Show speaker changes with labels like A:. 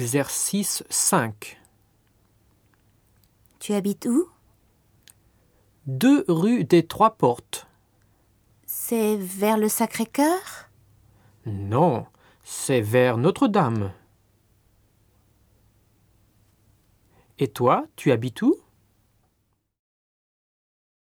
A: Exercice 5.
B: Tu habites où
A: 2 rue des Trois Portes.
B: C'est vers le Sacré-Cœur
A: Non, c'est vers Notre-Dame. Et toi, tu habites où